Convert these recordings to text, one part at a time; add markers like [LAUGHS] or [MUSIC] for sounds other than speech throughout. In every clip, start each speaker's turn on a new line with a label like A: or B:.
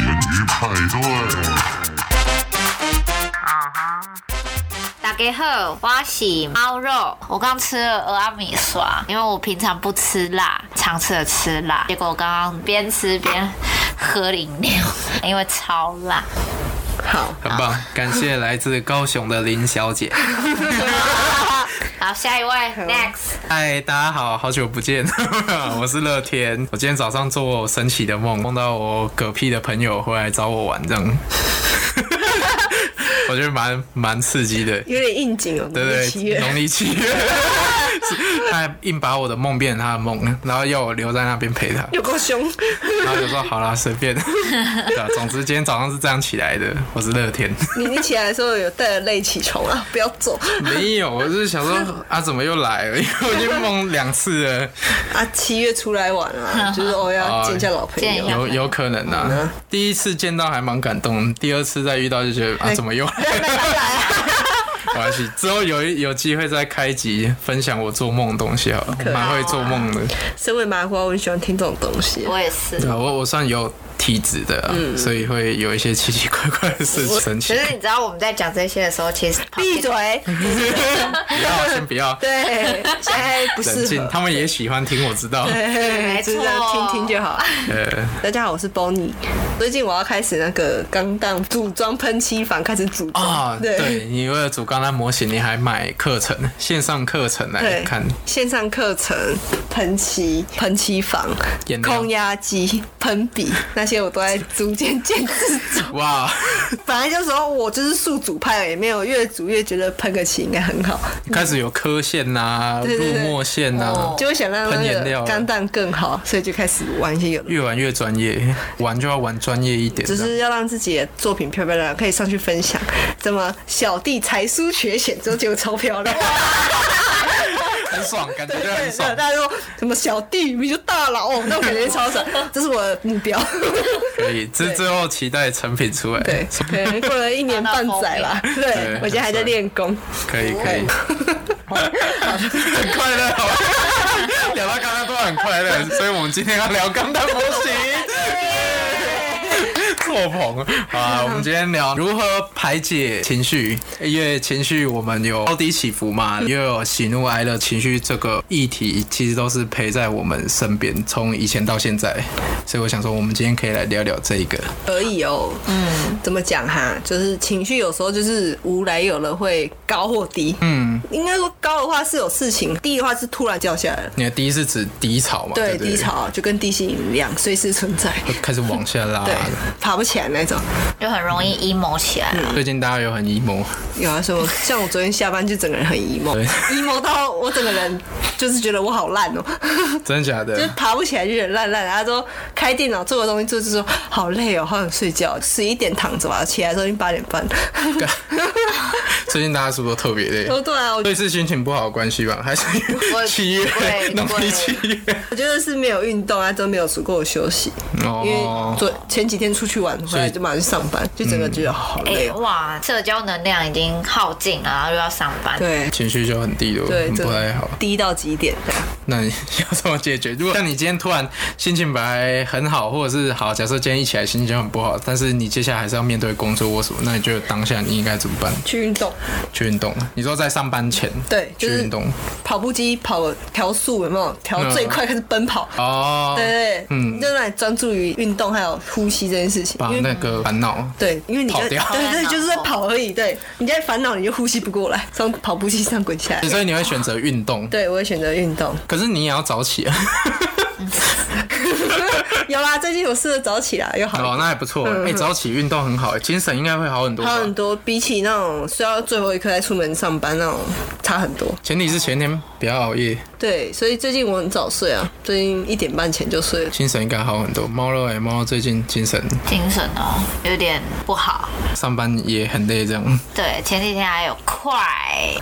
A: 鱼派对。
B: 大家好，我是猫肉。我刚吃了俄阿米刷，因为我平常不吃辣，常吃的吃辣。结果我刚刚边吃边喝饮料， [LAUGHS] 因为超辣。
C: 好，
D: 很棒，感谢来自高雄的林小 [LAUGHS] 姐。
B: 好，下一位，next。
D: 嗨，大家好，好久不见， [LAUGHS] 我是乐天。我今天早上做我神奇的梦，梦到我嗝屁的朋友回来找我玩，这样， [LAUGHS] 我觉得蛮蛮刺激的，
C: 有点应景哦，
D: 对不
C: 七
D: 对？
C: 月
D: 农历七月， [LAUGHS] 他还硬把我的梦变成他的梦，然后要我留在那边陪他，
C: [LAUGHS] 有够凶，
D: 然后就说好啦，随 [LAUGHS] 便。对啊，总之今天早上是这样起来的，我是乐天。
C: 你你起来的时候有带着泪起床啊， [LAUGHS] 不要走
D: 没有，我是想 [LAUGHS] 说啊，怎么又来了？因为我已经梦两次了，
C: 啊！七月出来玩
B: [LAUGHS]
C: 啊，就是我要见一下老朋
B: 见一
C: 友
B: 下。
D: 有有可能啊。第一次见到还蛮感动，第二次再遇到就觉得
C: 哎
D: 啊，怎么又来了？
C: [LAUGHS]
D: 没关系，之后有一有机会再开集分享我做梦的东西好了，我
C: 啊
D: 蛮会做梦的。
C: 身为麻瓜，我很喜欢听这种东西。
B: 我也是
D: 对。啊，我我算有体质的、啊，
C: 嗯
D: 所以会有一些奇奇怪怪的事情。神奇
B: 可，是你知道我们在讲这些的时候，其实
C: [LAUGHS] 闭嘴！
D: 不要先不要
C: [LAUGHS] 对，现在不
D: 冷
C: 适 [LAUGHS]
D: 静，
C: 合。
D: 他们也喜欢听，我知道。
C: 对，就是这样听听就好。
D: 呃，
C: 大家好，我是 Bonnie。最近我要开始那个钢弹组装喷漆房，开始组装。
D: 啊、对，你为了组钢弹模型，你还买课程，线上课程来
C: 对
D: 看，
C: 线上课程、喷漆、喷漆房
D: 颜、料
C: 空压机、喷笔那些，我都在逐渐渐自
D: [LAUGHS]
C: 组。
D: 哇，
C: 本来就说我就是宿主派，也没有越组越觉得喷个漆应该很好，
D: 开始有科线呐、
C: 对对
D: 入
C: 对
D: 墨线啊呐、
B: 哦
C: 就会想让那
D: 喷颜料
C: 个钢弹更好，所以就开始玩一些有的。
D: 越玩越专业， [LAUGHS] 玩就要玩专业一点
C: 只
D: 的。
C: 是要让自己的作品漂漂亮亮，可以上去分享。怎么小弟才疏学浅之后，结果超漂
D: [LAUGHS]
C: 亮，
D: 很爽，感觉就很
C: 对
D: 爽。
C: [LAUGHS] 大家说什么小弟你就大佬，哦，那我感觉超
D: [LAUGHS]
C: 爽，这是我的目标。
D: 可以，这最后期待成品出来。
C: 对，可能过了一年半载吧。对，我现在还在练功。
D: 可以，可以， [LAUGHS] 很快乐哦。聊到刚刚都很快
C: [LAUGHS]
D: 乐，所以我们今天要聊钢弹模型。 [LAUGHS] 错棚好啊！我们今天聊如何排解情绪，因为情绪我们有高低起伏嘛，又有喜怒哀乐，情绪这个议题其实都是陪在我们身边，从以前到现在。所以我想说，我们今天可以来聊聊这一个。
C: 可以哦，嗯，怎么讲哈？就是情绪有时候就是无来有了会高或低，嗯，应该说高的话是有事情，低的话是突然掉下来了，
D: 你的低是指低潮嘛？
C: 对，
D: 不
C: 低潮就跟地心引力一样，随时存在，
D: 会开始往下拉
C: [LAUGHS] 对。，爬不起来那种。
B: 就很容易 emo 起来。
D: 最近大家有很 emo，
C: 有啊， [LAUGHS] 说像我昨天下班就整个人很 emo，
D: 对
C: emo 到我整个人就是觉得我好烂哦、
D: 真的假的？
C: 就是爬不起来，就有点烂烂的。他说开电脑做个东西做就说好累哦，好想睡觉。十一点躺着吧，起来的时候已经八点半。
D: [LAUGHS] 最近大家是不是都特别累？
C: 哦，对啊，我
D: 所以是心情不好的关系吧？还是因
B: 我
D: 为七月
B: 对
D: 农
B: 对
D: 历七月？
C: 我觉得是没有运动啊，都没有足够的休息。因为
D: 哦，
C: 昨前几天出去玩回来就马上去上班，就整个觉得好
B: 哎、
C: 累
D: 嗯
C: 哦。
B: 哇，社交能量已经耗尽了，然后又要上班。
C: 对
D: 情绪就很低落，
C: 对，
D: 很
C: 真
D: 不太
C: 的
D: 好。
C: 低到极点。对啊
D: 那你要怎么解决？如果像你今天突然心情本来很好，或者是好，假设今天一起来心情就很不好，但是你接下来还是要面对工作或什么，那你觉得当下你应该怎么办？
C: 去运动，
D: 去运动？你说在上班前
C: 对，就
D: 去
C: 是
D: 运动嗯
C: 跑步机跑调速有没有？调最快开始奔跑。
D: 哦，
C: 对对，嗯，就让你专注于运动还有呼吸这件事情，
D: 把
C: 因为
D: 那个烦恼
C: 对，因为你就
D: 跑
C: 对
D: 掉
C: 对，就是在跑而已。对，你在烦恼，你就呼吸不过来，从跑步机上滚下来。
D: 所以你会选择运动，
C: 对，我会选择运动。 [LAUGHS]
D: 可是你也要早起啊。
C: 有啦，最近有试着早起啦，又好一点
D: 哦，那还不错。哎、早起运动很好，欸精神应该会好很多吧。
C: 差很多，比起那种睡到最后一刻再出门上班那种差很多。
D: 前提是前天不要熬夜，
C: 对，所以最近我很早睡啊，最近一点半前就睡了。
D: 精神应该好很多。猫肉哎、猫肉最近精神
B: 精神哦有点不好。
D: 上班也很累，这样
B: 对，前几天还有快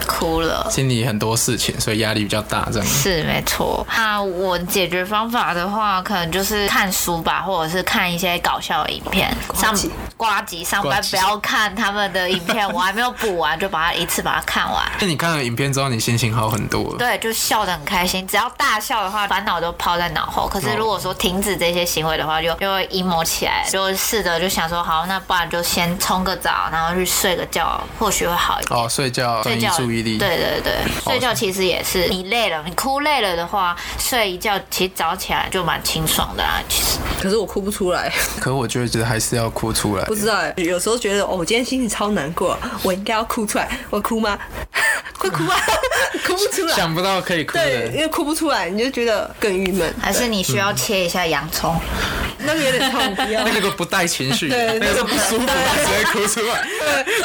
B: 哭了。
D: 心里很多事情，所以压力比较大，这样。
B: 是没错，那我解决方法的话，可能就是看书吧，或者是看一些搞笑的影片。上
C: 集
B: 瓜集上班
D: 瓜
B: 不
D: 集
B: 要看他们的影片，我还没有补完，就把它一次把它看完。
D: 那你看了影片之后，你心情好很多了。
B: 对对，就笑得很开心。只要大笑的话，烦恼都抛在脑后。可是如果说停止这些行为的话，就就会 emo 起来，就试着就想说，好，那不然就先冲个澡，然后去睡个觉，或许会好一点。
D: 哦，睡觉转
B: 睡
D: 移
B: 觉
D: 注意力，
B: 对对对，睡觉其实也是，你累了，你哭累了的话，睡一觉，其实早起来就蛮清爽的啦。其实
C: 可是我哭不出来， [LAUGHS]
D: 可我觉得还是要哭出来
C: 不。知道哎、有时候觉得哦，我今天心情超难过，啊我应该要哭出来，我哭吗？ [LAUGHS] 快哭吧， [LAUGHS] 哭不出来。
D: 想不到可以哭
C: 对，因
D: 的，
C: 为哭不出来，你就觉得更郁闷，
B: 还是你需要切一下洋葱，
C: 那个有点痛，不要。
D: 那个不带情绪，
C: 对
D: 那个是不舒服，直接哭出来。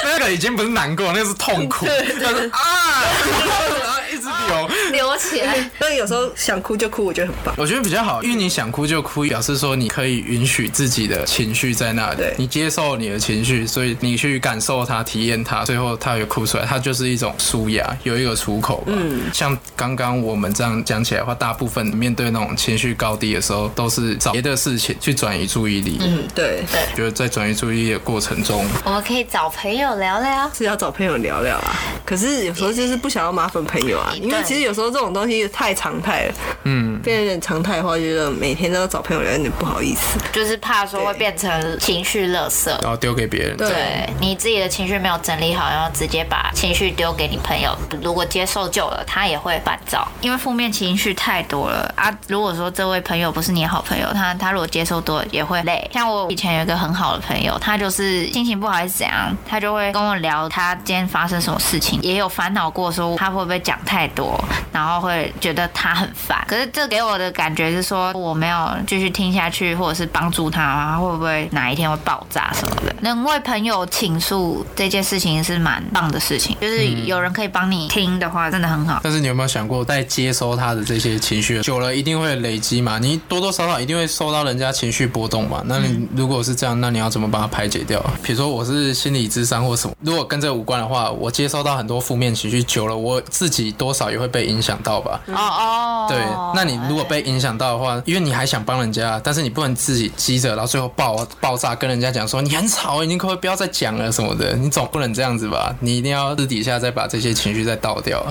D: 那个已经不是难过，那个是痛苦，那是啊，然后 [LAUGHS] 一直流。
B: 流起来。
C: 但有时候想哭就哭，我觉得很棒。
D: 我觉得比较好，因为你想哭就哭，表示说你可以允许自己的情绪在那里
C: 对，
D: 你接受你的情绪，所以你去感受它、体验它，最后它有哭出来，它就是一种舒压，有一个出口吧。嗯，像刚刚我们这样讲起来的话，大部分面对那种情绪高低的时候，都是找别的事情去转移注意力。嗯，
C: 对，
D: 觉得在转移注意力的过程中，
B: [LAUGHS] 我们可以找朋友聊聊。
C: 是要找朋友聊聊啊。可是有时候就是不想要麻烦朋友啊，因为其实有时候这种东西太常态了，嗯，变得有点常态化，觉得每天都要找朋友聊，有点不好意思。
B: 就是怕说会变成情绪垃圾。
D: 然后丢给别人。
B: 对你自己的情绪没有整理好，然后直接把情绪丢给你朋友，如果接受久了，他也会烦躁，因为负面情绪太多了啊。如果说这位朋友不是你的好朋友，他他如果接受多了也会累。像我以前有一个很好的朋友，他就是心情不好还是怎样，他就会跟我聊他今天发生什么事情，也有烦恼过说他会不会讲太多，然后会觉得他很烦。可是这给我的感觉是说，我没有继续听下去，或者是帮助他，他会不会哪一天会爆炸什么的？能为朋友倾诉这件事情是蛮棒的事情，就是有人可以帮你听的话，真的很好。
D: 但是你有没有想过，在接收他的这些情绪久了，一定会累积嘛？你多多少少一定会受到人家情绪波动嘛？那你如果是这样，那你要怎么把它排解掉？比如说我是心理智商或什么，如果跟这无关的话，我接收到很多负面情绪久了，我自己多少也会被影响到吧？
B: 哦哦，
D: 嗯对，那你如果被影响到的话，因为你还想帮人家，但是你不能自己积着，然后最后爆爆炸，跟人家讲说你很吵，你可不可以不要再讲了什么的？你总不能这样子吧？你一定要私底下再把这些情绪再倒掉。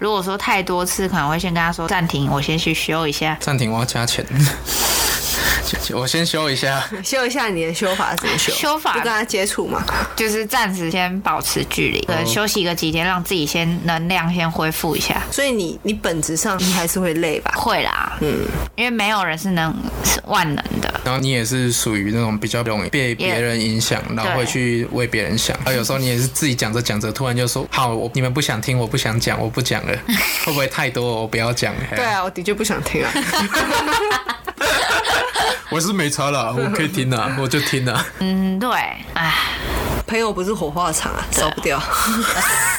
B: 如果说太多次，可能会先跟他说暂停，我先去修一下。
D: 暂停，我要加钱。 [LAUGHS] 我先修一下，
C: [LAUGHS] 修一下你的修法怎么修？
B: 修法
C: 就跟他接触嘛。
B: 就是暂时先保持距
D: 哦
B: 离，对，休息个几天，让自己先能量先恢复一下。
C: 所以你你本质上你还是会累吧？
B: 会啦，嗯，因为没有人是能是万能的，
D: 然后你也是属于那种比较容易被别人影响，然后会去为别人想。啊，有时候你也是自己讲着讲着，突然就说：“好，我你们不想听，我不想讲，我不讲了。”会不会太多？我不要讲。
C: 对，啊，我的确不想听啊。
D: 我是没差啦，我可以听啦，我就听啦。
B: 嗯，对，唉，
C: [LAUGHS] 朋友不是火化场啊，烧不掉。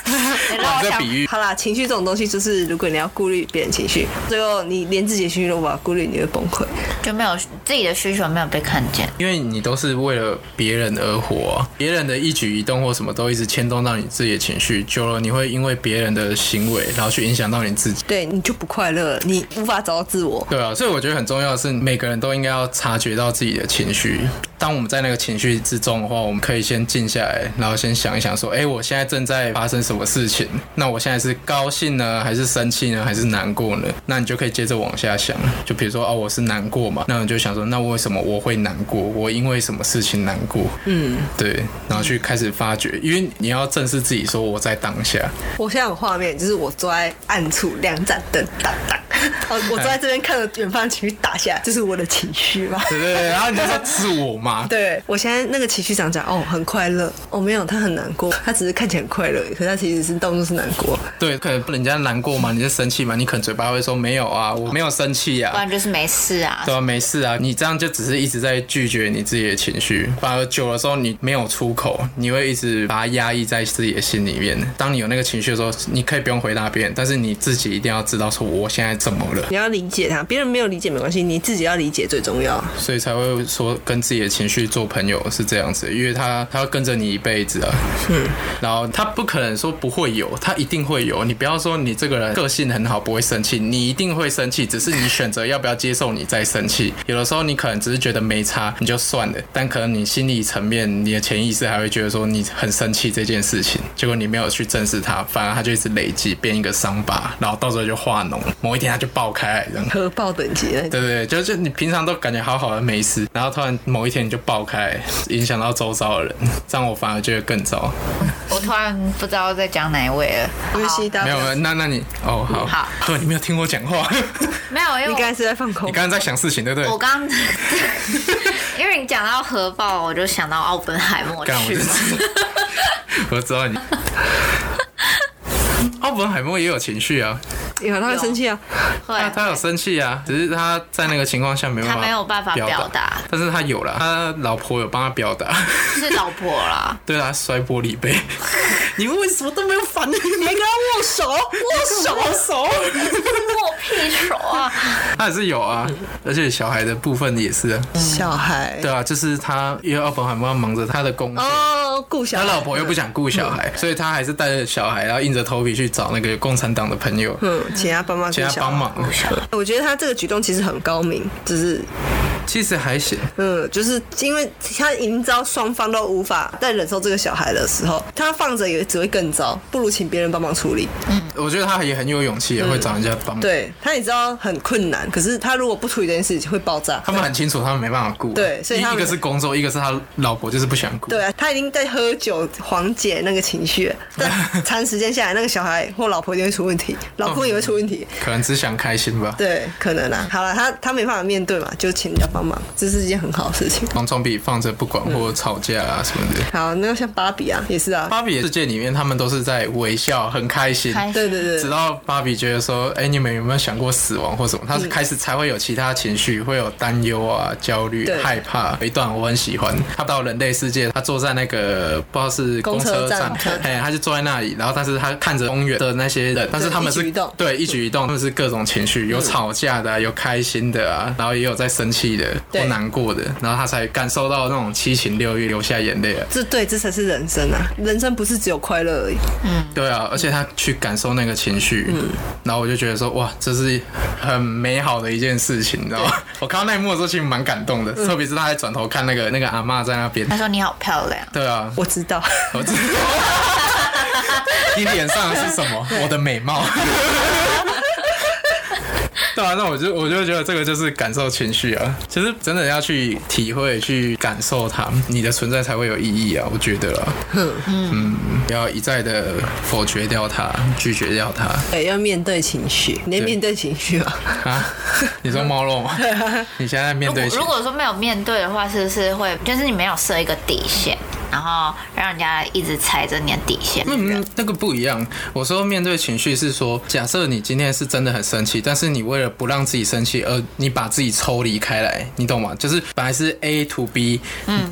B: 你让我
D: 这
B: 想
D: 比喻
C: 好啦，情绪这种东西就是，如果你要顾虑别人情绪，最后你连自己的情绪都无法顾虑，你会崩溃。
B: 就没有自己的需求没有被看见，
D: 因为你都是为了别人而活啊、别人的一举一动或什么都一直牵动到你自己的情绪，久了你会因为别人的行为，然后去影响到你自己。
C: 对，你就不快乐了，你无法找到自我。
D: 对啊，所以我觉得很重要的是，每个人都应该要察觉到自己的情绪。当我们在那个情绪之中的话，我们可以先静下来，然后先想一想，说，哎、我现在正在发生什么事情？那我现在是高兴呢，还是生气呢，还是难过呢？那你就可以接着往下想。就比如说，哦，我是难过嘛，那你就想说，那为什么我会难过？我因为什么事情难过？嗯，对，然后去开始发掘，因为你要正视自己，说我在当下。
C: 我现在有画面，就是我坐在暗处，两盏灯当当， [LAUGHS] 哦，我坐在这边看着远方情绪打下来，这是我的情绪吧？
D: 对对对，然后你就说自我嘛，
C: [LAUGHS] 对，我现在那个情绪长讲哦，很快乐哦，没有，他很难过，他只是看起来很快乐，可是他其实是动作是难过。
D: [LAUGHS] 对，可能人家难过嘛，你就生气嘛，你可能嘴巴会说没有啊，我没有生气
B: 不
D: 啊，
B: 然就是没事啊。
D: 对啊，没事啊，你这样就只是一直在拒绝你自己的情绪，反而久了之后你没有出口，你会一直把它压抑在自己的心里面。当你有那个情绪的时候，你可以不用回答别人，但是你自己一定要知道说我现在怎么了，
C: 你要理解他，别人没有理解没关系，你自己要理解最重要。
D: 所以才会说跟自己的情绪做朋友是这样子，因为他他要跟着你一辈子啊，嗯，然后他不可能说不会有，他一定会有。你不要说你这个人个性很好，不会生气，你一定会生气，只是你选择要不要接受你再生气。有的时候你可能只是觉得没差，你就算了，但可能你心理层面，你的潜意识还会觉得说你很生气这件事情，结果你没有去正视它，反而它就一直累积，变一个伤疤，然后到时候就化脓，某一天它就爆开来，这样。
C: 核爆等级那种。
D: 对对，对就就你平常都感觉好好的没事，然后突然某一天你就爆开，影响到周遭的人， [LAUGHS] 这样我反而觉得更糟。
B: 我突然不知道在讲哪一位了。
C: 没关系，大
D: 没
C: 家
D: 有
C: 不
D: 没
C: 要
D: 有，那那你哦好，
B: 好
D: 呵，你没有听我讲
B: [LAUGHS]
D: 话， [LAUGHS]
B: 没有，因为
C: 你
B: 我
C: 刚才是在放空
D: 你刚，刚在想事情对不对
B: 我？刚， [LAUGHS] 因为你讲到核爆，我就想到奥本海默
D: 干，我
B: 去
D: 就
B: 了。
D: 知道， [LAUGHS] 我
B: [LAUGHS]
D: 知道你。奥本海默也有情绪啊，
C: 有他会生气啊。
D: 他
B: 会，
D: 他有生气啊，只是他在那个情况下没办法，
B: 他没有办法表达，
D: 但是他有了，他老婆有帮他表达， [LAUGHS]
B: 是老婆啦。
D: 对他摔玻
B: [LAUGHS]
D: 璃杯，你为什么都没有反应？
C: 你还跟他握手，握手，
D: 好熟，
B: 握屁手啊！
D: 他也是有啊，而且小孩的部分也是啊，
C: 小孩
D: 对啊，就是他因为奥本海默忙着他的工作。
C: 哦，嗯顾小
D: 他
C: 孩
D: 老婆又不想顾小孩，所以他还是带着小孩，然后硬着头皮去找那个共产党的朋友，
C: 嗯，请他帮忙，
D: 请他帮。忙。
C: 我觉得他这个举动其实很高明，只是
D: 其实还行，
C: 嗯，就是因为他营造双方都无法再忍受这个小孩的时候，他放着也只会更糟，不如请别人帮忙处理。
D: 我觉得他也很有勇气，也会找人家帮忙。
C: 嗯对他也知道很困难，可是他如果不处理这件事情会爆炸。
D: 他们很清楚，他们没办法顾。啊
C: 对所以
D: 一
C: 他
D: 一
C: 们
D: 个是工作，一个是他老婆就是不想顾。
C: 对啊，他已经在喝酒缓解那个情绪了，但长时间下来，那个小孩或老婆一定会出问题，老公也会出问题。
D: 可能只想开心吧。
C: 对，可能啊。好了，他他没办法面对嘛，就请人家帮忙，这是一件很好的事情。
D: 王装比放着不
C: 嗯
D: 管或吵架啊什么的。
C: 好，那像芭比啊，也是啊，
D: 芭比的世界里面，他们都是在微笑，很开心。
B: 开心
C: 对对对
D: 直，到芭比觉得说，哎、你们有没有想过死亡或什么？
C: 嗯
D: 她开始才会有其他情绪，会有担忧啊、焦虑、
C: 对
D: 害怕。有一段我很喜欢，她到人类世界，她坐在那个不知道是
C: 公
D: 车
C: 车站
D: 哎，她就坐在那里，然后但是她看着公园的那些人，但是他们
C: 一举
D: 是
C: 一动嗯
D: 对一举一动，他们是各种情绪，有吵架的啊、有开心的啊，然后也有在生气的或
C: 对
D: 难过的，然后她才感受到那种七情六欲，流下眼泪啊。
C: 这对这才是人生啊！人生不是只有快乐而已。
D: 对啊，而且他去感受那个情绪，然后我就觉得说，哇，这是很美好的一件事情，你知道吗？我看到那一幕的时候，其实蛮感动的，特别是他还转头看那个那个阿嬷在那边
B: 他，说你好漂亮，
D: 对啊，
C: 我知道，
D: 我知道 [LAUGHS] 你脸上的是什么？我的美貌。 [LAUGHS] 对啊，那我就我就觉得这个就是感受情绪啊，其实真的要去体会、去感受它，你的存在才会有意义啊，我觉得啊，嗯，不要一再的否决掉它、拒绝掉它
C: 对，要面对情绪，你得面对情绪啊。
D: 啊。你说猫肉吗？
B: [LAUGHS]
D: 你现在面
B: 如果
D: 对谁
B: 如果说没有面对的话，是不是会就是你没有设一个底线，然后让人家一直踩着你的底线？
D: 嗯，那个不一样。我说面对情绪是说，假设你今天是真的很生气，但是你为了不让自己生气，而你把自己抽离开来，你懂吗？就是本来是 A to B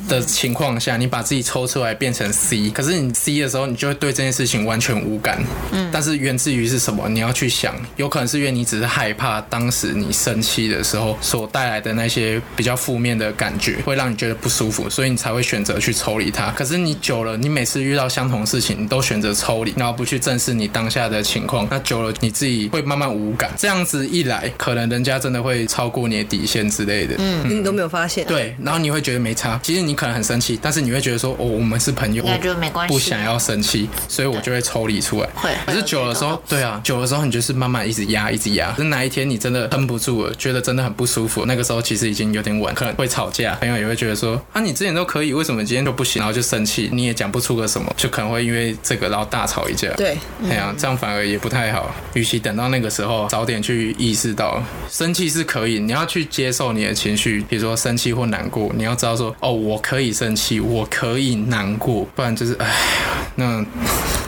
D: 的情况下，你把自己抽出来变成 C，可是你 C 的时候，你就会对这件事情完全无感。嗯，但是源自于是什么？你要去想，有可能是因为你只是害怕当时你生气的时候所带来的那些比较负面的感觉，会让你觉得不舒服，所以你才会选择去抽离它。可是你久了，你每次遇到相同事情，你都选择抽离，然后不去正视你当下的情况，那久了你自己会慢慢无感。这样子一来，可能人家真的会超过你的底线之类的。嗯，
C: 你都没有发现，，
D: 对。然后你会觉得没差，其实你可能很生气，但是你会觉得说，哦，我们是朋友，
B: 应该
D: 我
B: 就没关系啊
D: 不想要生气，所以我就会抽离出来。
B: 会
D: 可是久了时候，对啊，久的时候你就是慢慢一直压，一直压。那哪一天你真的撑不住了，觉得真的很不舒服，那个时候其实已经有点晚，可能会吵架，朋友也会觉得说啊，你之前都可以，为什么今天就不行？然后就生气，你也讲不出个什么，就可能会因为这个然后大吵一架。
C: 对，
D: 哎呀、这样反而也不太好。与其等到那个时候，早点去意识到，哎生气是可以，你要去接受你的情绪，比如说生气或难过，你要知道说，哦，我可以生气，我可以难过，不然就是，哎，那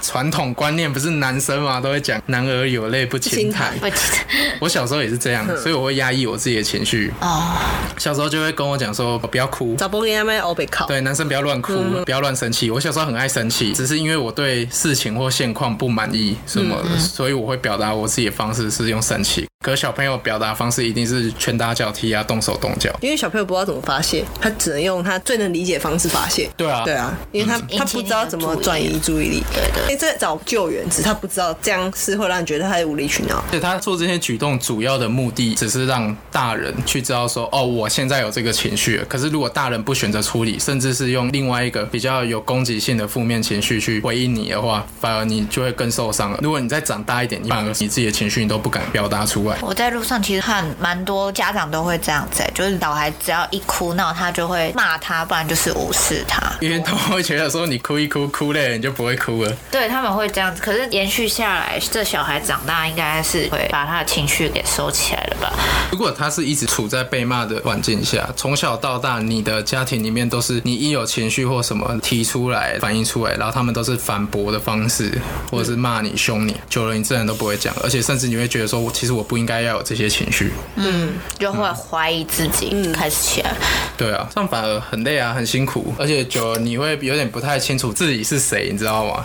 D: 传统观念不是男生嘛，都会讲男儿有泪不轻
C: 轻
D: 弹嗯
C: 弹。
B: 不记得
D: [LAUGHS] 我小时候也是这样，所以我会压抑我自己的情绪。
B: 哦，
D: 小时候就会跟我讲说，不要哭，
C: 找波给他们欧北靠，
D: 对，男生不要乱哭，不要乱生气。我小时候很爱生气，只是因为我对事情或现况不满意什么的，所以我会表达我自己的方式是用生气。可是小朋友表达方式一定是拳打脚踢啊，动手动脚。
C: 因为小朋友不知道怎么发泄，他只能用他最能理解的方式发泄。
D: 对啊
C: 对啊，因为他
B: 嗯
C: 他不知道怎么转移注意力。
B: [LAUGHS] 对对
C: 因为在找救援，只是他不知道这样是会让你觉得他在无理取闹。
D: 对他做这些举动主要的目的，只是让大人去知道说，哦，我现在有这个情绪了。可是如果大人不选择处理，甚至是用另外一个比较有攻击性的负面情绪去回应你的话，反而你就会更受伤了。如果你再长大一点，你反而你自己的情绪你都不敢表达出来。
B: 我在路上其实看蛮多家长都会这样子、欸就是小孩只要一哭闹，他就会骂他，不然就是无视他。
D: 因为他们会觉得说，你哭一哭，哭累了你就不会哭了。
B: 对他们会这样子，可是延续下来，这小孩长大应该是会把他的情绪给收起来了吧？
D: 如果他是一直处在被骂的环境下，从小到大，你的家庭里面都是你一有情绪或什么提出来、反映出来，然后他们都是反驳的方式，或者是骂你、凶你，久了你自然都不会讲，而且甚至你会觉得说，我其实我不应该要有这些情绪。
B: 就会怀疑自己，开始起来。
D: 对啊，这样反而很累啊，很辛苦，而且久了你会有点不太清楚自己是谁，你知道吗？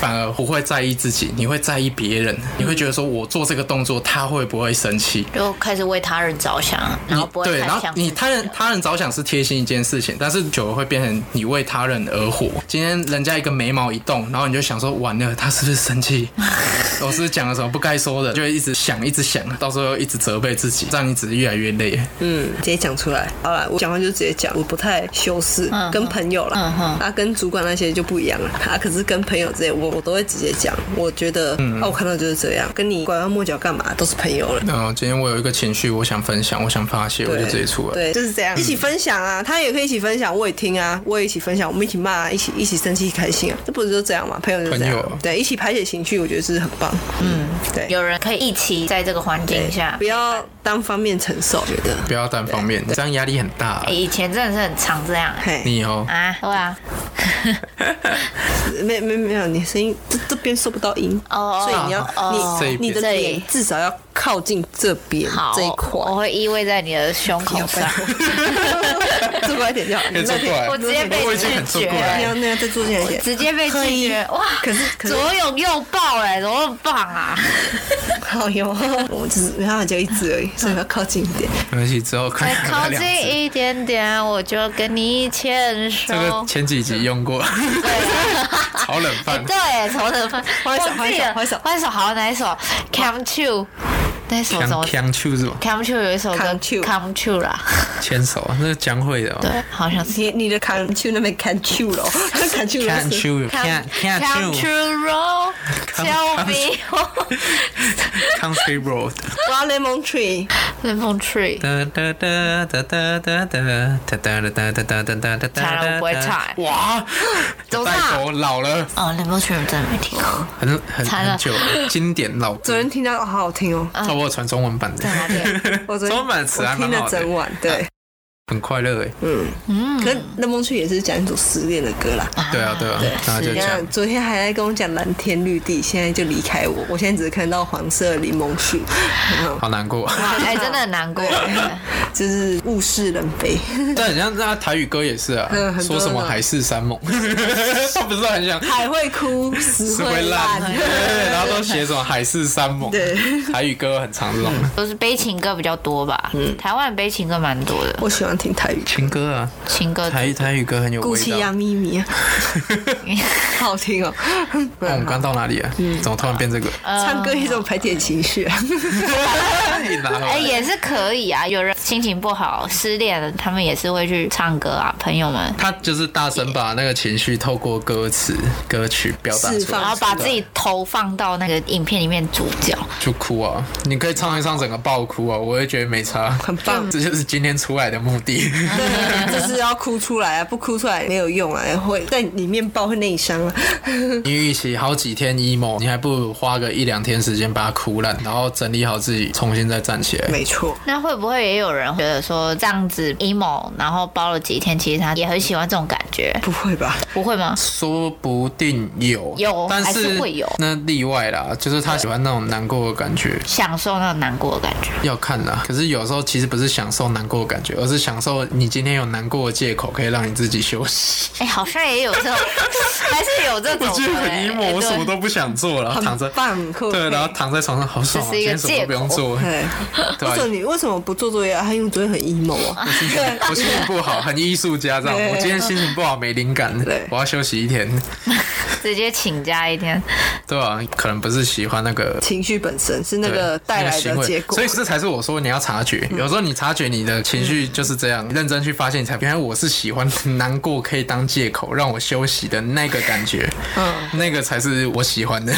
D: 反而不会在意自己，你会在意别人，你会觉得说我做这个动作，他会不会生气？
B: 就开始为他人着想，然后不会
D: 对，
B: 太
D: 然后
B: 想
D: 你
B: 自己
D: 他人他人着想是贴心一件事情，但是久了会变成你为他人而活。今天人家一个眉毛一动，然后你就想说完了，他是不是生
B: [LAUGHS]
D: 气？我是不是讲了什么不该说的，就会一直想一直想，到时候又一直责备自己，让你只是越来越累。
C: 嗯，直接讲出来。好了，我讲话就直接讲，我不太修饰，跟朋友啦，啊，跟主管那些就不一样了。啊，可是跟朋友之间，我我都会直接讲。我觉得，啊，我看到就是这样，跟你拐弯抹角干嘛，都是朋友了。
D: 然后今天我有一个情绪，我想分享，我想发泄，我就直接出来。
C: 对，就是这样，一起分享啊，他也可以一起分享，我也听啊，我也一起分享，我们一起骂、啊，一起一起生气，一起开心啊，这不是就这样吗？朋友就是这
D: 朋友
C: 样，对，一起排解情绪，我觉得是很棒。嗯，对，
B: 有人可以一起在这个环境下
C: 不。要单方面承受，觉得，
D: 不要单方面，这样压力很大、啊
B: 哎以前真的是很常这样、哎
C: 嘿，
D: 你哦，
B: 啊，对啊，
C: 没没没有，你声音这这边收不到音，
B: 哦
C: 所以你
B: 哦
C: 要
D: 这一
C: 你
D: 边
C: 你的
B: 这里
C: 脸至少要靠近这边
B: 好，
C: 这一块，
B: 我
C: [LAUGHS]
B: 会依偎在你的胸口上，
C: 坐过来一点就好，
D: 以
C: 你
D: 坐
C: 那
D: 过来
B: 我直接被
D: 我已经
B: 拒
D: 很
B: 绝
D: 受不了
C: 你要
B: 了，
C: 那样再坐近一点，
B: 直接被
C: 可
B: 拒
C: 以
B: 绝，哇！
C: 可是可是
B: 左拥右抱，哎，怎么棒
D: [LAUGHS]
B: 啊？
C: 好哟，我就是没办法，就一只
B: [LAUGHS]
C: 而已，所以要靠近一点。
D: 没关系，之后看
B: 再
D: 看
B: 哎靠
D: 那
B: 近
D: 两次。
B: 一点点，我就跟你牵手。
D: 这个前几集用
B: [LAUGHS]
D: 过，炒冷饭。
B: 哎对，从头翻，
C: 换一首
B: 忘记了
C: 换一首换
B: 换一
C: 一首
B: 首，好，哪一首？Come to，那首
D: 强
B: 什么
D: 强去是吧？
B: ？Come to 有一首歌
C: Come to
B: Come to 啦， [LAUGHS]
D: 牵手，啊那是江蕙的吧？哦
B: 对，好像是。
C: 你你的砍去那边砍去
D: [LAUGHS]
C: 了，砍去了
D: 看
C: 是。
D: 去
B: Come
D: 看看
B: come to
D: 去
B: roll,
D: [LAUGHS] Come-
B: tell
D: come
B: me [LAUGHS]
D: Country Road。
C: 哇，Lemon Tree，
B: lemon tree，
D: 哒哒哒哒哒哒哒哒哒哒哒哒哒哒哒
B: 当然我不会唱欸
D: 哇，
B: 怎么
D: 代
B: 唱
D: 沟老了，
B: 哦，lemon tree 真的没听过，
D: 很很
B: 惨了
D: 很久了，经典老
C: 昨
D: 歌。
C: 天啊听到哦，好好听哦，
D: 差不多传中文版的
B: 在，哪 [LAUGHS] 里？
C: 我昨天
D: 中文词还
C: 我
D: 蛮
C: 听
D: 好
C: 了
D: 的
C: 整晚，对，
D: 很快乐哎。
B: 嗯
C: 可是 Lemon Tree 也是讲一首失恋的歌啦。
D: 对啊对啊，然后就
C: 你
D: 讲
C: 看，昨天还在跟我讲蓝天绿地，现在就离开我，我现在只看到黄色柠檬树，嗯
D: 好难
C: [LAUGHS]
D: 过，
B: 哎，真的很难过。
C: 就是物是人非。
D: 但很像那台语歌也是啊
C: 嗯，很多
D: 说什么
C: 的
D: 海誓山
C: [LAUGHS]
D: 盟，他不是很想
C: 海会哭，石
D: 是会烂，
C: [LAUGHS] 烂。
D: 对，然后都写什么海誓山盟，
C: 对嗯
D: 台语歌很常这种
B: 都是悲情歌比较多吧，台湾悲情歌蛮多的，
C: 我喜欢听台语，
D: 情歌啊，
B: 情歌
D: 台台语歌很有
C: 鼓
D: 味
C: 起呀
D: 道。
C: 咪咪啊， [LAUGHS] 好听哦。
D: 那我们刚到哪里啊？
B: 嗯
D: 怎么突然变这个？
C: 唱歌也是一种排解情绪啊。
D: 你拿
B: [LAUGHS] 哎、
D: 来
B: 也是可以啊。有人心情不好、失恋了，他们也是会去唱歌啊，朋友们，
D: 他就是大声把那个情绪透过歌词、歌曲表达
C: 释
D: 出
C: 放
B: 然
D: 来，
B: 后把自己投放到那个影片里面主角。
D: 就哭啊！你可以唱一唱，整个爆哭啊！我也觉得没差，很
C: 棒
D: [LAUGHS] 这就是今天出来的目
B: [LAUGHS]
D: 的。
C: 对，就是要哭出来啊，不哭出来没有用啊，会在里面爆会内伤
D: [LAUGHS]
C: 啊。
D: 你与其好几天 emo，你还不如花个一两天时间把它哭烂，然后整理好自己，重新再站起来。
C: 没错，
B: 那会不会也有人觉得说这样子 emo，然后包了几天，其实他也很喜欢这种感觉，
C: 不会吧？
B: 不会吗？
D: 说不定有
B: 有
D: 但
B: 还是会有
D: 那例外啦，就是他喜欢那种难过的感觉，
B: 享受那种难过的感觉。
D: 要看啦。可是有时候其实不是享受难过的感觉，而是享受你今天有难过的借口，可以让你自己休息。
B: 哎、好像也有这 [LAUGHS] 种，还是有这种、
D: 我
B: 欸。
D: 觉得很
B: 对
D: emo，我什么都不想做，然后躺
C: 很
D: 着，
C: 棒，酷
D: 对，
C: 嘿
D: 然后躺在床上好爽啊，
B: 这是
D: 今
B: 一个
D: 天什么都不用做，
C: 对，
D: 对啊
C: 哎 [LAUGHS] 为什么
D: 吧？
C: 你为什么不做作业啊？他因为昨天很 emo 啊，
D: 我心情不好，很艺术家这样。
C: 对
D: 我今天心情不好，没灵感
C: 对，
D: 我要休息一天。
B: 直接请假一天。
D: 对啊，可能不是喜欢那个
C: 情绪本身是那
D: 对
C: 个带来
D: 行
C: 的
D: 为
C: 结果嗯
D: 所以。这才是我说你要察觉。有时候你察觉你的情绪就是这样，认真去发现，你才原来我是喜欢难过可以当借口让我休息的那个感觉，嗯，那个才是我喜欢
C: [LAUGHS]
D: 的。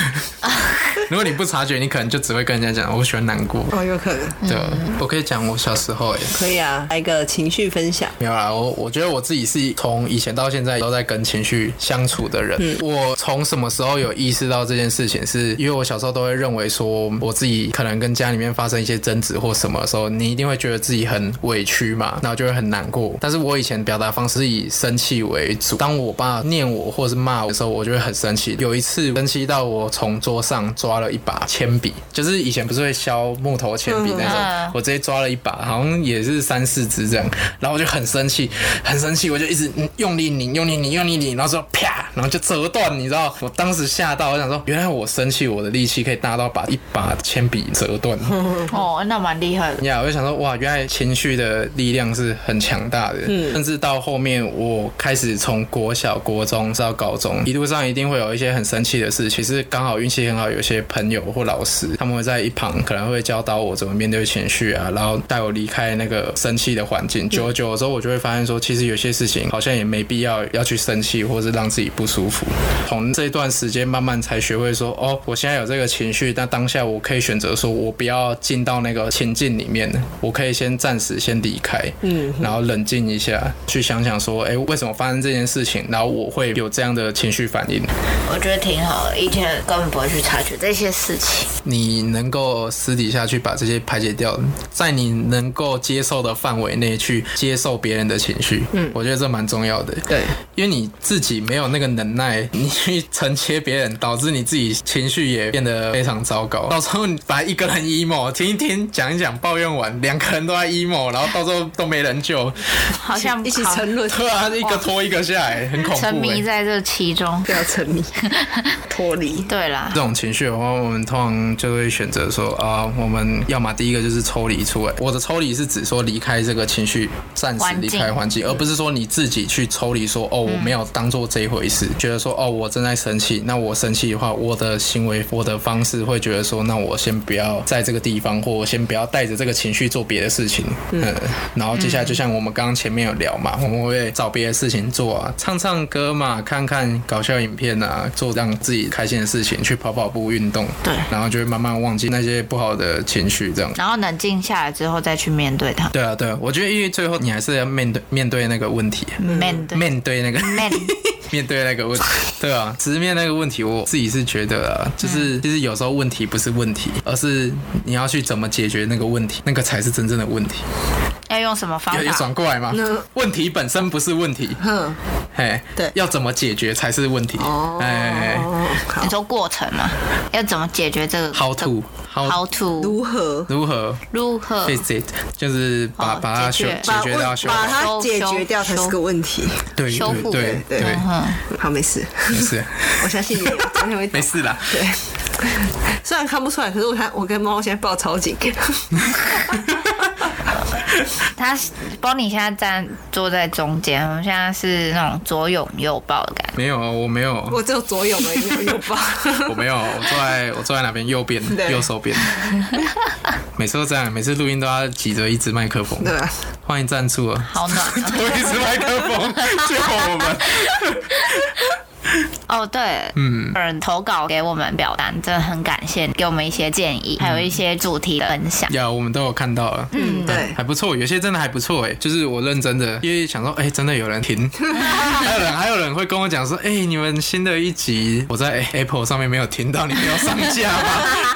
D: 如果你不察觉，你可能就只会跟人家讲我喜欢难过。
C: 哦，有可能
D: 对，我可以讲我小时候哎、
C: 可以啊，来一个情绪分享。
D: 没有啦，我我觉得我自己是从以前到现在都在跟情绪相处的人。我从什么时候有意识到这件事情是？因为我小时候都会认为说，我自己可能跟家里面发生一些争执或什么的时候，你一定会觉得自己很委屈嘛，然后就会很难过。但是我以前表达方式是以生气为主，当我爸念我或是骂我的时候，我就会很生气。有一次生气到我从桌上抓了一把铅笔，就是以前不是会削木头铅笔那种，
B: 嗯
D: 我直接抓了一把，好像也是三四只这样，然后我就很生气，很生气，我就一直嗯用力拧，用力拧，用力拧，然后说啪，然后就折断，你知道？我当时吓到，我想说，原来我生气，我的力气可以大到把一把铅笔折断。
B: 哦，那蛮厉害的。
D: 呀我就想说，哇，原来情绪的力量是很强大的。嗯，甚至到后面，我开始从国小、国中到高中，一路上一定会有一些很生气的事。其实刚好运气很好，有些朋友或老师，他们会在一旁可能会教导我怎么面对情绪啊，然后带我离开那个生气的环境。久而久之后，我就会发现说，其实有些事情好像也没必要要去生气，或是让自己不舒服。从这段时间慢慢才学会说，哦，我现在有这个情绪，但当下我可以选择说，我不要进到那个情境里面，我可以先暂时先离开，嗯，然后冷静一下，去想想说，哎、为什么发生这件事情，然后我会有这样的情绪反应。
B: 我觉得挺好的，以前根本不会去察觉这些事情。
D: 你能够私底下去把这些排解掉，在你能够接受的范围内去接受别人的情绪，嗯，我觉得这蛮重要的。
C: 对，
D: 因为你自己没有那个能耐，你去承接别人，导致你自己情绪也变得非常糟糕。到时候你把一个人 emo 听一听，讲一讲，抱怨完，两个人都在 emo，然后到时候都没人救， [LAUGHS]
B: 好像
C: 一起
B: 好
C: 沉沦，
D: 对啊，一个拖一个下来，很恐怖、欸。
B: 沉迷在这其中。
C: 不要沉
B: [LAUGHS]
C: 迷，脱离。
B: 对啦，
D: 这种情绪的话，我们通常就会选择说啊、我们要么第一个就是抽离出来。我的抽离是指说离开这个情绪，暂时
B: 环
D: 离
B: 境嗯
D: 开环境，而不是说你自己去抽离说哦，我没有当做这一回事，觉得说哦，我正在生气，那我生气的话，我的行为、我的方式会觉得说，那我先不要在这个地方，或我先不要带着这个情绪做别的事情。嗯，然后接下来就像我们刚刚前面有聊嘛，我们会找别的事情做啊，唱唱歌嘛，看看搞笑影片啊，做让自己开心的事情，去跑跑步、运动，
B: 对
D: 然后就会慢慢忘记那些不好的情绪，这样。
B: 然后冷静下来之后再去面对它，
D: 对啊，对啊，我觉得因为最后你还是要面对面对那个问题，
B: 面对
D: 面对那个
B: 面
D: [LAUGHS] 面对那个
C: [LAUGHS]
D: 问题，对啊，直面那个问题，我自己是觉得啊，
C: 嗯
D: 就是其实有时候问题不是问题，而是你要去怎么解决那个问题，那个才是真正的问题。
B: 要用什么方
D: 有有
B: 法？
D: 转过来吗
C: 那？
D: 问题本身不是问题，
C: 嗯，
D: 嘿，
C: 对
D: 要怎么解决才是问题。
C: 哦，
D: 哎，
C: 好
B: 你，说过程嘛，要怎么解决这个
D: ，how to
B: how
D: how
B: to
C: 如何
D: 如何
B: 如何
D: fix it，就是把
B: 哦
D: 把它
B: 解决
D: 修解决到修
C: 把
D: 好，
C: 它解决掉才是个问题。
D: 对
B: 修复
D: 对对
C: 对
D: 对，
B: 嗯，
C: 好，没
B: [LAUGHS]
C: 事，
D: 没事
C: 我相信你，今天会
D: 没事啦。
C: [LAUGHS] 对，虽然看不出来，可是我看我跟猫现在抱超紧， [LAUGHS]
B: 他 Bonnie 现在站坐在中间，我们现在是那种左拥右抱的感觉。
D: 没有，我没有，
C: 我只有左右而已，没有右
D: [LAUGHS]
C: 抱。
D: 我没有，我坐在我坐在哪边？右边，
C: [LAUGHS] 对
D: 右手边。每次都这样，每次录音都要挤着一支麦克风。
C: 对啊，
D: 欢迎赞助啊！
B: 好暖
D: [LAUGHS]
B: 啊
D: 多一支麦克风
C: [LAUGHS]
D: 救我们。
B: 哦！对，嗯，有人投稿给我们表单，真的很感谢，给我们一些建议，还有一些主题的分享。
D: [LAUGHS] 呀，我们都有看到了。
C: 嗯，对，
D: 还不错，有些真的还不错哎，就是我认真的，因为想说，哎、真的有人
C: [LAUGHS]
D: 听，还有人还有人会跟我讲说，哎、你们新的一集我在、Apple 哎上面没有听到，你没有上架吗？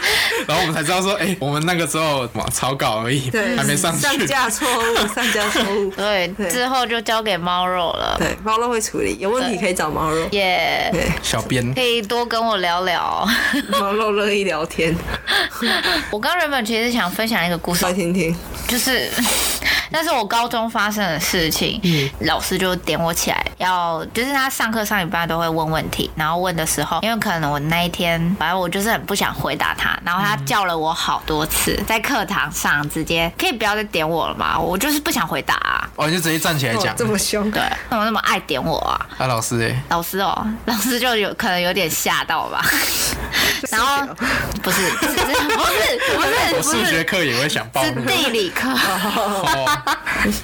C: [LAUGHS]
D: 然后我们才知道说，哎、我们那个时候哇草稿而已，
C: 对，
D: 还没上去，
C: 上架错误，上架错
D: [LAUGHS]
C: 误。
B: 对，
C: 对
B: 之后就交给猫肉了，
C: 对，猫肉会处理，有问题可以找猫肉，
B: 也、
D: 小编
B: 可以多跟我聊聊。 [LAUGHS]
C: 猫肉乐意聊天，
B: 我刚原本其实想分享一个故事
C: 来，听听。
B: 就是 [LAUGHS] 但是我高中发生的事情，老师就点我起来，要就是他上课上一半都会问问题，然后问的时候，因为可能我那一天反正我就是很不想回答他，然后他叫了我好多次，在课堂上直接可以不要再点我了嘛，我就是不想回答、啊。
D: 哦，你就直接站起来
C: 哦
D: 讲。
C: 这么凶，
B: 对，为什么那么爱点我啊？
D: 啊，老师哎、
B: 老师哦， [LAUGHS] 老师就有可能有点吓到 [LAUGHS] 吧。然后不是，啊是是不是不是
D: 我
B: 不
D: 数学
B: 是
D: 课也会想暴
B: 是
D: 怒。
B: 地理课，
D: 哦，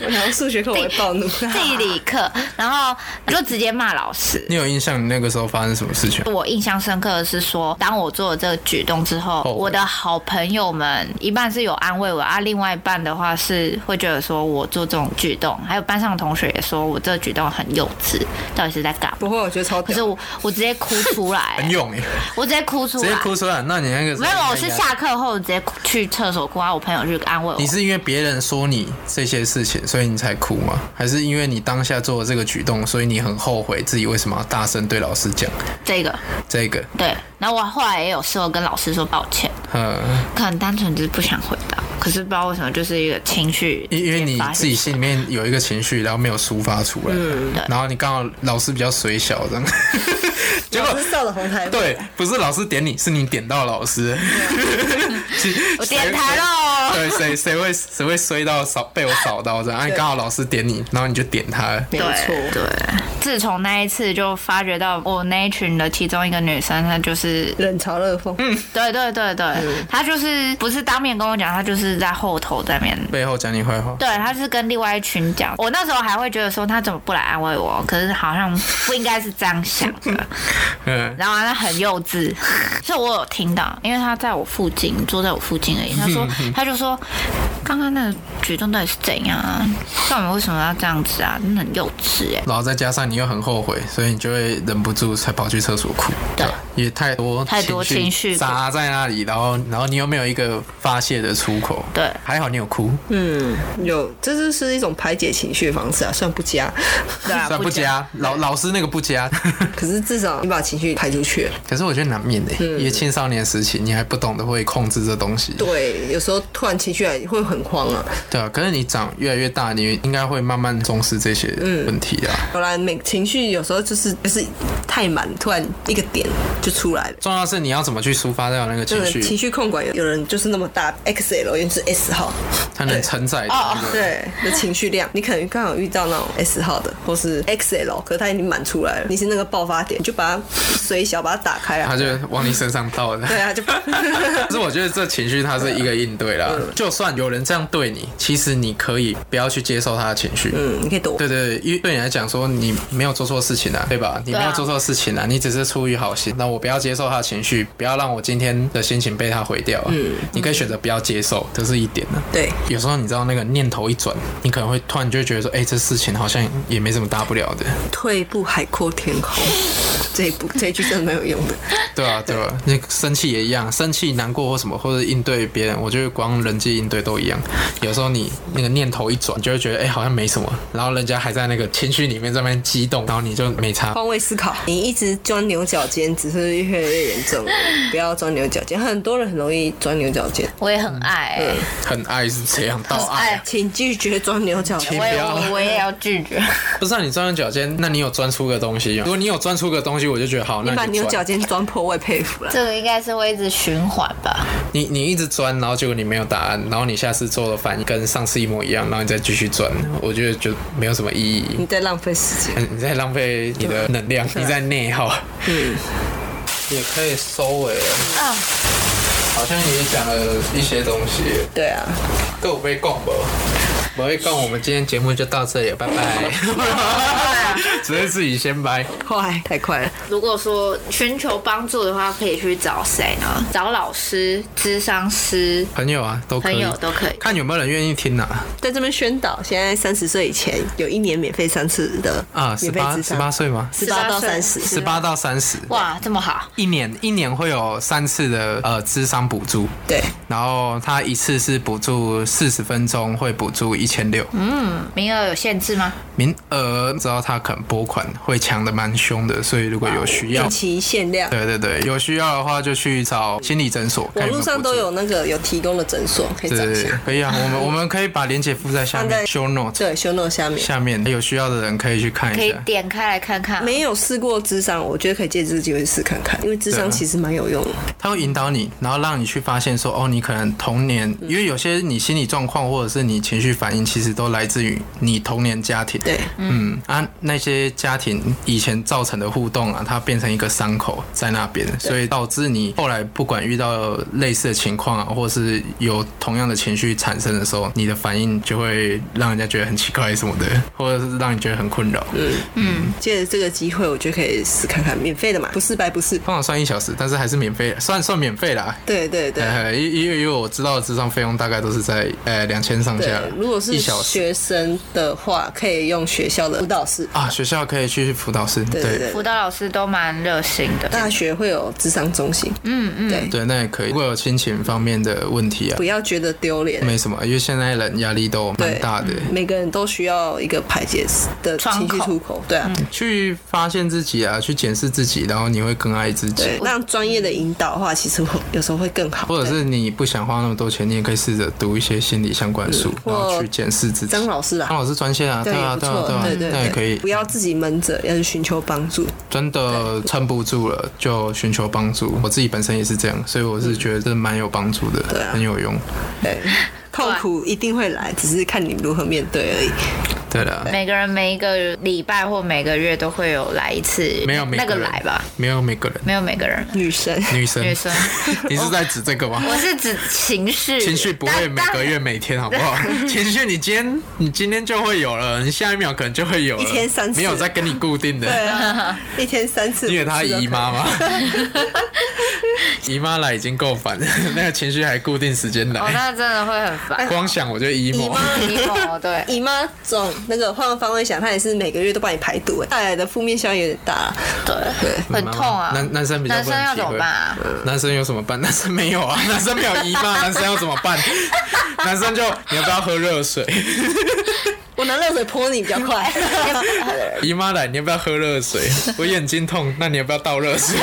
C: 我想数学课我会暴怒。
B: [LAUGHS] 地理课，然后我就直接骂老师。
D: 你有印象你那个时候发生什么事情？
B: 我印象深刻的是说，当我做了这个举动之后，
D: 后悔
B: 我的好朋友们一半是有安慰我啊，另外一半的话是会觉得说我做这种举动，还有班上的同学也说我这个举动很幼稚，到底是在干嘛？
C: 不会，我觉得超屌。
B: 可是我我直接哭出来、
D: [LAUGHS] 很勇哎，
B: 我直接哭出
D: 直接
B: 来，
D: 哭出来。那你那个时候
B: 没有，我
D: 应
B: 是
D: 该
B: 下课后直接去厕所哭，然后我朋友去安慰我。
D: 你是因为别人说你这些事情，所以你才哭吗？还是因为你当下做的这个举动，所以你很后悔自己为什么要大声对老师讲
B: 这个
D: 这个？
B: 对，然后我后来也有事后跟老师说抱歉，
D: 嗯，
B: 可能单纯只是不想回答，可是不知道为什么就是一个情绪直
D: 因因为
B: 接
D: 你
B: 发泄出来，
D: 自己心里面有一个情绪，然后没有抒发出来，
B: 嗯对
D: 然后你刚好老师比较水小这样， [LAUGHS] 结果
C: 老师上了红台，
D: 对，不是老师点你，是你点到老师， [LAUGHS]
B: 我点台喽。
D: 对，谁谁会谁会衰到扫被我扫到这样？啊，你刚好老师点你，然后你就点他了。
C: 没错，
B: 对，自从那一次就发觉到我那一群的其中一个女生，她就是，
C: 冷嘲热讽，
B: 对对对对，
C: 嗯
B: 她就是不是当面跟我讲，她就是在后头在面
D: 背后讲你坏话，
B: 对，他是跟另外一群讲，我那时候还会觉得说他怎么不来安慰我，可是好像不应该是这样想的，
D: 嗯，
B: 然后他很幼稚，所以我有听到，因为他在我附近，坐在我附近而已。他
D: 嗯
B: 说，他就说，刚刚那个举动到底是怎样啊？到底为什么要这样子啊？真的很幼稚哎、
D: 然后再加上你又很后悔，所以你就会忍不住才跑去厕所哭。
B: 对
D: 吧，也太多
B: 太多情绪
D: 砸在那里，然后然后你又没有一个发泄的出口。
B: 对
D: 还好你有哭，
C: 嗯，有，这就是一种排解情绪的方式啊，算不加，
B: 对啊，
D: 算不加，老老师那个
B: [LAUGHS]
D: 不加。
C: [LAUGHS] 可是至少你把情绪排出去了。
D: 可是我觉得难免的，欸因为青少年时期你还不懂得会控制这东西。
C: 对，有时候突然情绪来会很慌啊。
D: 对啊，可是你长越来越大，你应该会慢慢重视这些
B: 嗯
D: 问题啊。
C: 本来每情绪有时候就是就是太满，突然一个点就出来了。
D: 重要的是你要怎么去抒发掉那个
C: 这
D: 情
C: 个情
D: 绪，
C: 绪控管有有人就是那么大，XL 也就是 S 号，
D: 才能承载那个。
C: 哦对的情绪量，你可能刚好遇到那种 S 号的，或是 XL，可是它已经满出来了，你是那个爆发点，你就把它水小把它打开
D: 他
C: 啊。
D: 就往你身上倒的。
C: 对
D: [LAUGHS]
C: 啊，就
D: 可是我觉得这情绪它是一个应对啦，
C: 嗯
D: 就算有人这样对你，其实你可以不要去接受他的情绪。
C: 嗯，你可以躲。
D: 对对，对因为对你来讲说你没有做错事情啊，对吧？你没有做错事情啊，你只是出于好心。那我不要接受他的情绪，不要让我今天的心情被他毁掉、啊。
C: 嗯
D: 你可以选择不要接受，这是一点呢、
C: 对，
D: 有时候你知道那个念头一转，你可能会突然就会觉得说，哎、这事情好像也没什么大不了的，
C: 退一步海阔天空，这一步这一句真的蛮有用的。
D: 对啊，对啊，你生气也一样，生气、难过或什么，或者应对别人，我觉得光人际应对都一样。有时候你那个念头一转，你就会觉得哎、好像没什么，然后人家还在那个情绪里面在那边激动，然后你就没差。
C: 换位思考，你一直钻牛角尖，只是越来越严重了。不要钻牛角尖，很多人很容易钻牛角尖。
B: 我也很爱、欸，
D: 很爱是这样，啊到爱
B: 爱，
C: 请拒绝钻牛角尖
D: 哎请
B: 我。也
D: 嗯不要
B: 我我也要拒绝， [LAUGHS]
D: 不是、啊、你钻牛角尖，那你有钻出个东西、如果你有钻出个东西，我就觉得好，
C: 你
D: 那
C: 把
D: 你
C: 牛
D: 就钻。
C: 角尖钻破，我也佩服了。
B: 这个应该是会一直循环吧。
D: 你你一直钻，然后结果你没有答案，然后你下次做的反应跟上次一模一样，然后你再继续钻，我觉得就没有什么意义。
C: 你在浪费时间。
D: 嗯你在耗费你的能量，你在内耗。
C: 嗯，
D: 也可以收尾了。
B: 啊
D: 好像也讲了一些东西，
C: 对啊，
D: 够被供吧？不会供，我们今天节目就到这里了，拜
B: [LAUGHS]
D: 拜。只是自己先掰。
C: 快，太快了。
B: 如果说寻求帮助的话，可以去找谁呢？找老师、咨商师、
D: 朋友啊，都可
B: 朋
D: 以，
B: 友都可以。
D: 看有没有人愿意听啊。
C: 在这边宣导，现在三十岁以前有一年免费三次的
D: 啊，十
C: 免费
D: 八
C: 智
D: 十
C: 商啊
D: 八，岁吗？
C: 十八到三十，
D: 十八到三十，
B: 哇，这么好，
D: 一年一年会有三次的呃智商补助，
C: 对，
D: 然后他一次是补助四
B: 嗯
D: 十分钟，会补助一千六。
B: 名额有限制吗？
D: 名额，知道他可能不拨款会抢的蛮凶的，所以如果有需要
C: 定，期限量。
D: 对对对，有需要的话就去找心理诊所。看有没
C: 网络
D: 有
C: 上
D: 补助
C: 都有那个有提供的诊所，可以
D: 对
C: 找一
D: 对对
C: 下。，
D: 可以啊，我们 [LAUGHS] 我们可以把链接附在下
C: 放
D: 面
C: 在
D: ，show note
C: 对，修诺下面
D: 下面有需要的人可以去看
B: 可
D: 一
B: 以
D: 下。
B: 点开来看看。
C: 没有试过智商，我觉得可以借这个机会试看看，因为智
D: 对啊
C: 商其实蛮有用的。
D: 他会引导你，然后让你去发现说，哦，你可能童年，因为有些你心理状况或者是你情绪反应，其实都来自于你童年家庭。
C: 对，
D: 嗯啊，那些家庭以前造成的互动啊，它变成一个伤口在那边，所以导致你后来不管遇到类似的情况啊，或是有同样的情绪产生的时候，你的反应就会让人家觉得很奇怪什么
C: 嗯
D: 的，或者是让你觉得很困扰。
C: 借着这个机会，我觉得可以试看看，免费的嘛，不是白不是。
D: 通常算一小时，但是还是免费，算算免费啦。
C: 对对对。
D: 呃，因因为因为我知道的智商费用大概都是在呃两千上
C: 对
D: 下，，
C: 如果是
D: 一小时
C: 学生的话，可以用学校的辅导室。
D: 啊，学校可以去辅导室，
C: 对对
D: 对
B: 辅
C: 对，
B: 导老师都蛮热心的，
D: 啊
C: 大学会有智商中心。嗯嗯，对，
D: 对那也可以。如果有亲情方面的问题啊
C: 不，要觉得丢脸，
D: 没什么，因为现在人压力都蛮
C: 对嗯
D: 大的，
C: 每个人都需要一个排解的情绪
B: 窗口
C: 出口。对啊，
D: 嗯去发现自己啊，去检视自己，然后你会更爱自己
C: 对。，让专业的引导的话，其实我有时候会更好。
D: 或者
C: 对
D: 是你不想花那么多钱，你也可以试着读一些心理相关的书，
C: 嗯或
D: 然后去检视自己。
C: 张老师
D: 张
C: 啊，
D: 老师专线啊，对
C: 对，也
D: 啊，
C: 不
D: 对啊，
C: 错，
D: 啊
C: 对，对
D: 那也可以
C: 不。要自己闷着，要去寻求帮助。
D: 真的撑不住了，就寻求帮助。我自己本身也是这样，所以我是觉得这蛮有帮助的，
C: 对啊
D: 很有用。
C: [LAUGHS] 对，痛苦一定会来，只是看你如何面对而已。
D: 对的，
B: 每个人每一个礼拜或每个月都会有来一次，
D: 没有每
B: 那个
D: 人
B: 来吧，，
D: 没有每个人，
B: 没有每个人。
C: 女 [LAUGHS] 生，
D: 女生，
B: 女生，
D: [LAUGHS] 你是在指这个吗？
B: 我是指情绪，
D: 情绪不会每
B: 但
D: 个月每天，好不好？情绪你今天你今天就会有了，你下一秒可能就会有了，
C: 一天三次
D: 没有在跟你固定的。
C: 一天
D: [LAUGHS]
C: 三次，
D: 你以为她
C: 五次都可以
D: 姨妈吗？ [LAUGHS] 姨妈来已经够烦了，那个情绪还固定时间
B: 哦，
D: 来，
B: 那真的会很
D: [LAUGHS]
B: 烦。
D: 光想我就
C: 姨
D: emo。
C: 妈。
B: 你哦，对，
C: 姨妈总那个换个方位想，她也是每个月都帮你排毒，哎带来的负面效应有点大。
B: 对，很痛啊。
D: 男男生比较
B: 男
D: 不
B: 生
D: 能
B: 要
D: 体
B: 怎么
D: 会
B: 办啊？
D: 男生有什么办？男生没有啊，男生没有姨妈，男生要怎么办？ [LAUGHS] 男生就你要不要喝热水？
C: 我拿热水泼你比较 [LAUGHS] 快，哎
D: 姨妈来，你要不要喝热水？我眼睛痛，那你要不要倒热水？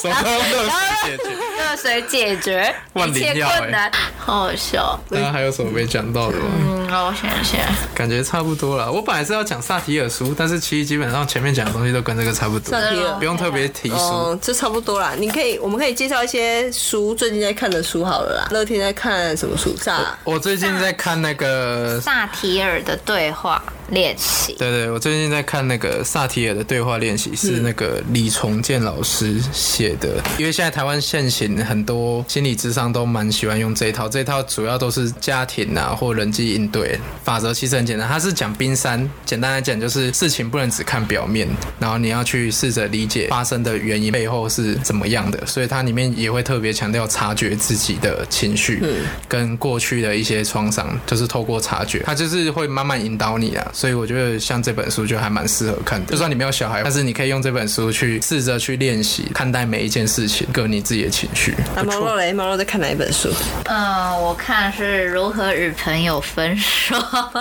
D: 什么热水解
B: [LAUGHS]
D: 决？
B: 热水解决
D: 万欸
B: 一
D: 灵
B: 切
D: 药
B: 困难，好好笑。
D: 大家还有什么没讲到的吗？
B: 嗯，让我想一下，
D: 感觉差不多了。我本来是要讲萨提尔书，但是其实基本上前面讲的东西都跟这个差不多
B: 啊
C: 萨，提尔
D: 不用特别提书。
C: 嗯，就差不多啦。你可以，我们可以介绍一些书，最近在看的书好了啦。乐天在看什么书？啥？
D: 我最近在看那个，
B: 萨提尔的对话练习，
D: 对对，我最近在看那个萨提尔的对话练习，是那个李重建老师写的。因为现在台湾现行很多心理智商都蛮喜欢用这一套，这一套主要都是家庭啊或人际应对法则，其实很简单，它是讲冰山，简单来讲就是事情不能只看表面，然后你要去试着理解发生的原因背后是怎么样的，所以它里面也会特别强调察觉自己的情绪，
B: 嗯
D: 跟过去的一些创伤，就是透过察觉，它就是会慢慢引导你啊。所以我觉得像这本书就还蛮适合看的，就算你没有小孩，但是你可以用这本书去试着去练习看待每一件事情，跟你自己的情绪。
C: 那毛啊肉嘞？毛肉在看哪一本书？
B: 嗯，我看是如何与朋友分手， [LAUGHS]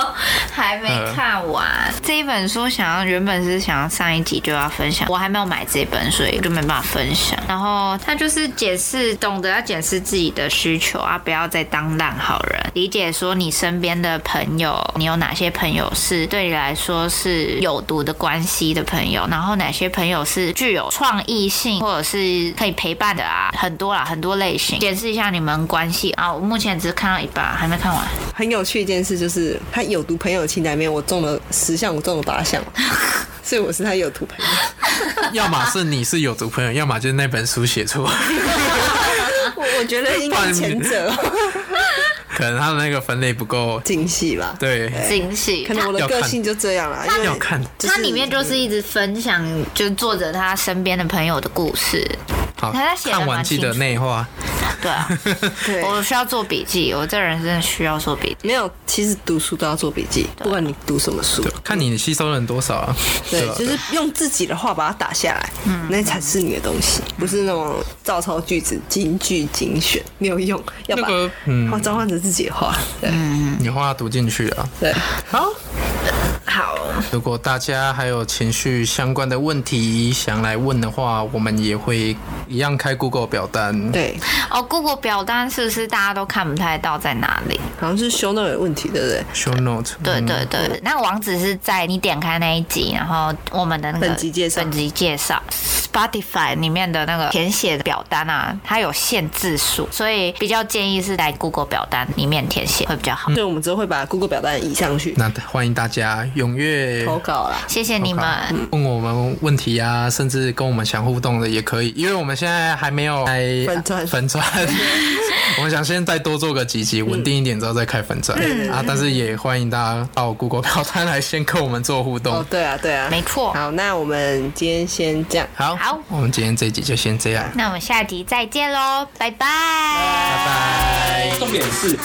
B: 还没看完、这一本书。想要原本是想要上一集就要分享，我还没有买这本，所以就没办法分享。然后他就是解释，懂得要解释自己的需求啊，不要再当烂好人，理解说你身边的朋友，你有哪些朋友是对你来说是有毒的关系的朋友，然后哪些朋友是具有创意性或者是可以陪伴的啊，很多啦，很多类型。解释一下你们关系啊，我目前只是看到一半，还没看完。
C: 很有趣一件事就是，他有毒朋友清单里面，我中了十项，我中了八 [LAUGHS] 项，所以我是他有毒朋友。
D: 要么是你是有毒朋友，要么就是那本书写错， [LAUGHS]
C: 我 [LAUGHS] 我觉得应该是前 [LAUGHS] 者
D: 可能他的那个分类不够。
C: 精细吧，
D: 对，
B: 惊喜，
C: 可能哎我的
D: 要看
C: 个性就这样啦，因
D: 要
C: 为
D: 看。
C: 就是
B: 它里面就是一直分享，就是作者他身边的朋友的故事。
D: 好，
B: 他写得
D: 看完
B: 蛮
D: 记得
B: 清楚
D: 内化。
B: 对
C: [LAUGHS]
B: 啊，
C: 对
B: 我需要做笔记，我这人真的需要做笔记。
C: 没有，其实读书都要做笔记，不管你读什么书
D: 对，，看你吸收了多少啊。
C: 对，
D: 吧
C: 就是用自己的话把它打下来，嗯，那才是你的东西，不是那种照抄句子、金句精选，没有用，要把哦
D: 那个嗯
C: 话召唤着自己的话，对
D: 你话读进去啊。
C: 对，好，
E: 好哦。
D: 如果大家还有情绪相关的问题想来问的话，我们也会一样开 Google 表单。
C: 对，
B: 哦，Google 表单是不是大家都看不太到在哪里？
C: 好像是修那有问题，对不对？
D: ，Show Note。
B: 对
D: 嗯
B: 对对，那个网址是在你点开那一集，然后我们的那个
C: 本集介绍
B: 本集介绍 Spotify 里面的那个填写的表单啊，它有限字数，所以比较建议是在 Google 表单里面填写会比较好。
C: 所以我们之后会把 Google 表单移上去
D: 那欢迎大家踊跃
C: 投稿啦。
B: 谢谢你们，
D: 问我们问题啊，甚至跟我们想互动的也可以，因为我们现在还没有开
C: 粉专
D: 粉砖， [LAUGHS] 我们想先再多做个几集，稳定一点之后再开粉砖、啊。但是也欢迎大家到 Google 表单来先跟我们做互动。
C: 哦，对啊，对啊，
B: 没错。
C: 好，那我们今天先这样，
D: 好，
B: 好
D: 我们今天这一集就先这样，
B: 那我们下集再见喽，拜拜
D: 拜拜。
F: 重点是